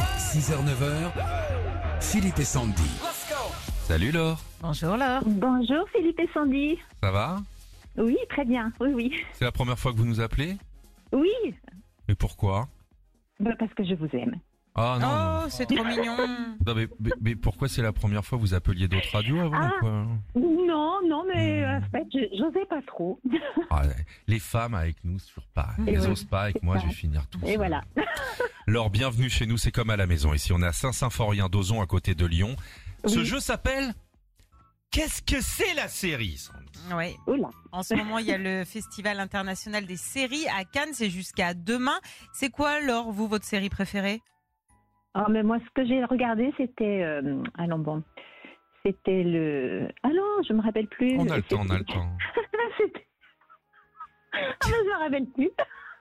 6h-9h, Philippe et Sandy. Salut Laure, Bonjour Laure. Bonjour Philippe et Sandy. ça va Oui, très bien. Oui, oui. C'est la première fois que vous nous appelez Oui, Mais pourquoi bah, parce que je vous aime. Ah non, non. Oh, c'est trop mignon. Non, mais, mais- mais pourquoi c'est la première fois que vous appeliez d'autres radios avant Ah. ou quoi Non, non, mais euh, en fait, je- j'osais pas trop. Ah, ouais. Les femmes avec nous, c'est toujours pas. Et Elles oui. osent pas avec moi, ça. je vais finir tout Et seul. voilà. Laure, bienvenue chez nous, c'est comme à la maison. Ici, on est à Saint-Symphorien d'Ozon, à côté de Lyon. Ce Oui. jeu s'appelle Qu'est-ce que c'est la série Sandy Ouais. Oula. En ce moment, il y a le Festival international des séries à Cannes. C'est jusqu'à demain. C'est quoi, Laure, vous, votre série préférée Oh, mais moi, ce que j'ai regardé, c'était. euh, allons, bon. C'était le. Ah non, je me rappelle plus. On a le temps, on a le temps. C'était- Ah, mais je me rappelle plus.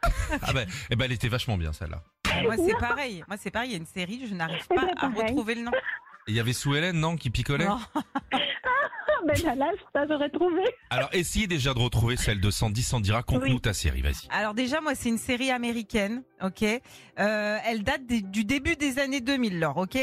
Ah ben, eh ben, elle était vachement bien celle-là. Moi, c'est pareil. Moi, c'est pareil. Il y a une série, je n'arrive pas ben, à pareil. retrouver le nom. Et Il y avait Sous Hélène, non, qui picolait Non. Ah, ben là, là, ça, j'aurais trouvé. Alors essayez déjà de retrouver celle de Sandy Sandira, conte-nous Oui. ta série, vas-y. Alors déjà, moi, c'est une série américaine, ok. Euh, elle date des- du début des années 2000, Laure, ok.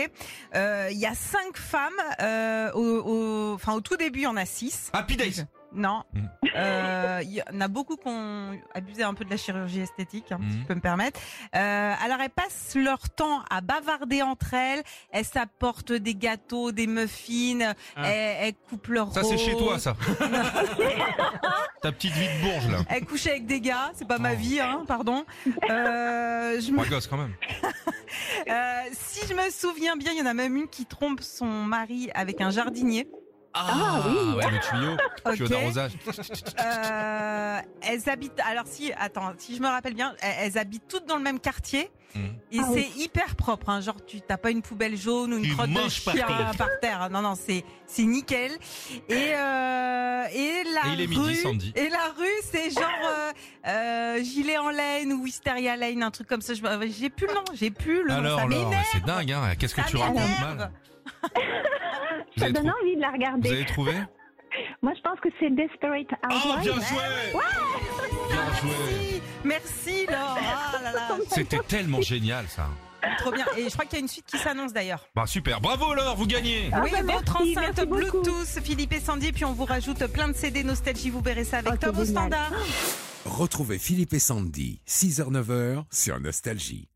Euh, Il y a cinq femmes. euh, au, au- enfin, au tout début, il y en a six. Happy Days Non. Mm. Euh, Il y en a beaucoup qui ont abusé un peu de la chirurgie esthétique, hein, si Mm. je peux me permettre. Euh, alors, elles passent leur temps à bavarder entre elles. Elles s'apportent des gâteaux, des muffins. Ah. Elles, elles coupent leur Ça c'est chez Oh. toi rose. ça Ta petite vie de bourge là Elles couchent avec des gars. C'est pas ma Oh. vie, hein, pardon. Euh, je me- Trois gosses quand même euh, si je me souviens bien, il y en a même une qui trompe son mari avec un jardinier. Ah, oui. ouais, le tuyau, Ok. tuyau d'arrosage. Euh, elles habitent. Alors si, attends, si je me rappelle bien, elles, elles habitent toutes dans le même quartier. Mhm. Et Ah c'est oui. hyper propre, hein, genre tu t'as pas une poubelle jaune ou une Tu crotte de manges par chien terre. par terre. Non non, c'est c'est nickel. Et euh, et la Et il est midi, rue Sandy. et la rue c'est genre euh, euh, gilet en laine ou wisteria lane, un truc comme ça. Je me- J'ai plus le nom, j'ai plus le nom. Ça Alors Laure, m'énerve. c'est dingue hein, qu'est-ce que Ça tu racontes m'énerve. mal vous Ça avez, donne trou- envie Ah, de la vous regarder. avez Ah, trouvé Oh, Moi, je pense que c'est Desperate Housewives. joué Bien joué Merci, merci Laure. Ah là là, C'était tellement génial ça trop bien. Et je crois qu'il y a une suite qui s'annonce d'ailleurs. Bah super, bravo Laure, vous gagnez Ah oui, bah votre merci, enceinte merci beaucoup. Bluetooth, Philippe et Sandy, puis on vous rajoute plein de CD nostalgie, vous verrez ça avec Oh, c'est Tom au génial. standard. Retrouvez Philippe et Sandy, 6h-9h sur Nostalgie.